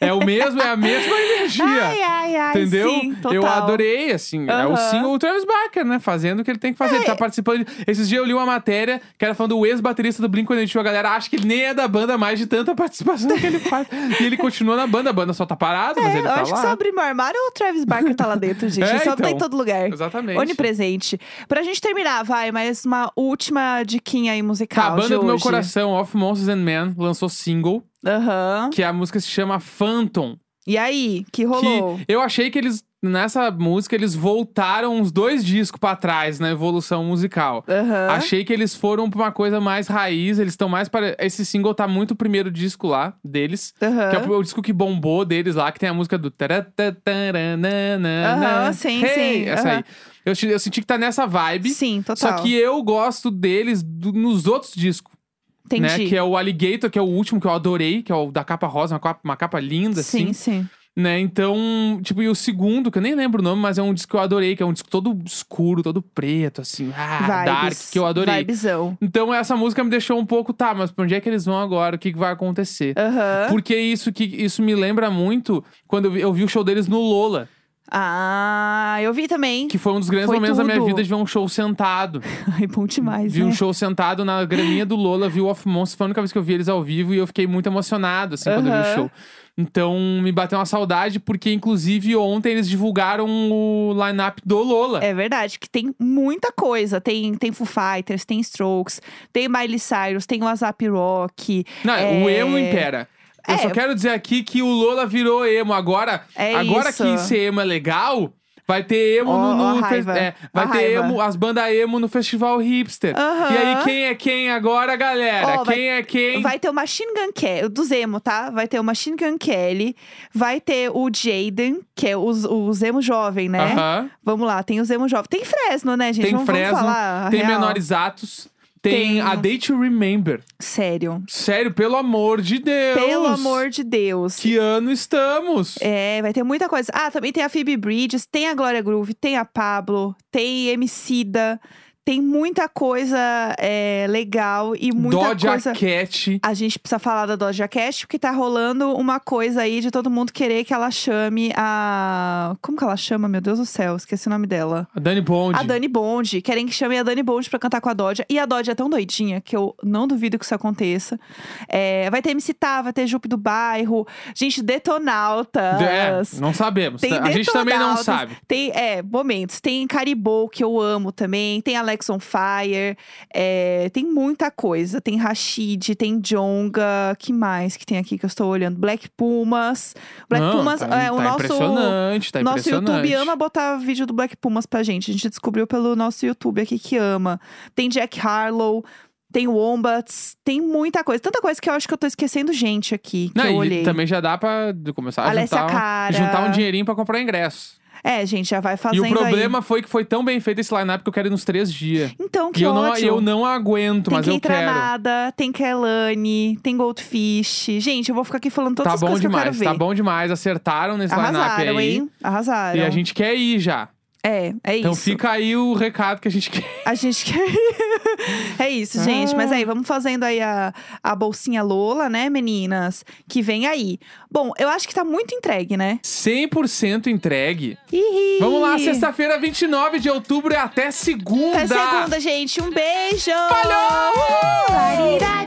é o mesmo, é a mesma energia. Ai, ai, ai. Entendeu? Sim, total. Eu adorei, assim. É o Aham. É. single o Travis Barker, né? Fazendo o que ele tem que fazer. Ele tá participando. de- Esses dias eu li uma matéria que era falando do ex-baterista do Blink-182. A galera acha que ele nem é da banda mais de tanta participação que ele faz. e ele continua na banda. A banda só tá parada, mas É, ele eu tá acho lá. que se eu abrir meu armário, o Travis Barker tá lá dentro, gente. É, Ele só tá em então. todo lugar. Exatamente. Onipresente. Pra gente terminar, vai, mais uma última diquinha aí Tá, a musical. de banda do meu hoje. coração, Off Monsters and Men, lançou single, Aham. que a música se chama Phantom. E aí, que rolou? Que eu achei que eles, nessa música, eles voltaram uns dois discos pra trás na evolução musical. Aham. Achei que eles foram pra uma coisa mais raiz, eles estão mais para esse single tá muito o primeiro disco lá deles. Aham. Que é o disco que bombou deles lá, que tem a música do. Aham, Aham, sim, sim, Essa aí. aham. Eu, ti- eu senti que tá nessa vibe. Sim, total. Só que né, eu gosto deles do- nos outros discos, Entendi. né? Que é o Alligator, que é o último que eu adorei, que é o da capa rosa, uma capa, uma capa linda, assim Sim, sim. né? Então, tipo, e o segundo, que eu nem lembro o nome, mas é um disco que eu adorei, que é um disco todo escuro, todo preto, assim, ah, Vibes. dark, que eu adorei. Vibezão. Então, essa música me deixou um pouco, tá, mas pra onde é que eles vão agora? O que, que vai acontecer? Aham. Porque é isso que isso me lembra muito quando eu vi, eu vi o show deles no Lola, Ah, eu vi também. que foi um dos grandes Foi momentos da minha tudo. vida de ver um show sentado. Ai, bom demais, vi né? um show sentado na graminha do Lola, vi o Off Monsters, foi a única vez que eu vi eles ao vivo e eu fiquei muito emocionado, assim, quando eu vi o Aham. show. Então, me bateu uma saudade, porque inclusive ontem eles divulgaram o line-up do Lola. É verdade, que tem muita coisa. Tem, tem Foo Fighters, tem Strokes, tem Miley Cyrus, tem WhatsApp Rock. Não, é- o emo impera. Eu só É. quero dizer aqui que o Lola virou emo. Agora, É agora isso. que ser emo é legal, vai ter emo Ó, no. no ó a fe- raiva. é, vai A ter raiva. emo, as bandas emo no festival hipster. Aham. E aí, quem é quem agora, galera? Ó, vai- quem é quem? Vai ter o Machine Gun Kelly, do Zemo, tá? Vai ter o Machine Gun Kelly, vai ter o Jaden, que é o, o Zemo jovem, né? Aham. Vamos lá, tem o Zemo jovem. Tem Fresno, né, gente? Tem vamos, Fresno, vamos falar a Tem real. menores atos. Tem, Tem- a Day to Remember. Sério. Sério, pelo amor de Deus. Pelo amor de Deus. Que ano estamos? É, vai ter muita coisa. Ah, também tem a Phoebe Bridges, tem a Glória Groove, tem a Pablo, tem Emicida, tem muita coisa é, legal e muita Doja coisa. Cat. A gente precisa falar da Doja Cat, porque tá rolando uma coisa aí de todo mundo querer que ela chame a. Como que ela chama? Meu Deus do céu, esqueci o nome dela. A Dani Bond. A Dani Bond. Querem que chame a Dani Bond pra cantar com a Doja. E a Doja é tão doidinha que eu não duvido que isso aconteça. É, vai ter MC Tá, vai ter Jupe do Bairro. Gente, Detonautas. É, não sabemos. Tem a gente também não Detonautas, sabe. Tem, é, momentos. Tem Caribou, que eu amo também. Tem Alex on Fire. é, tem muita coisa. Tem Rashid, tem Jonga. Que mais que tem aqui que eu estou olhando? Black Pumas. Black Não, Pumas tá, é o tá nosso. Impressionante, tá nosso impressionante. YouTube ama botar vídeo do Black Pumas pra gente. A gente descobriu pelo nosso YouTube aqui que ama. Tem Jack Harlow, tem Wombats, tem muita coisa. Tanta coisa que eu acho que eu tô esquecendo gente aqui. Que Não, eu e olhei. também já dá pra de começar a Alessia juntar, um- Cara. juntar um dinheirinho pra comprar ingresso. É, gente, já vai E fazendo o problema foi que foi tão bem feito esse line-up que eu quero ir nos três dias. aí. Então, que e eu não, ódio. eu não aguento, Tem mas que eu entrar quero. nada, tem Kelane, tem Goldfish. Gente, eu vou ficar aqui falando todas tá as bom coisas demais, que eu tá quero ver. bom demais. Acertaram nesse line-up Arrasaram, aí. hein? Arrasaram. E a gente quer ir já. É, é Então isso. fica aí o recado que a gente quer. A gente quer- é isso, gente. Mas Ah. aí, vamos fazendo aí a, a bolsinha Lola, né, meninas? Que vem aí. Bom, eu acho que tá muito entregue, né? 100% entregue. Ih! Vamos lá, sexta-feira, 29 de É outubro e até segunda. Até segunda, gente. Um beijo! Falou! Larirari.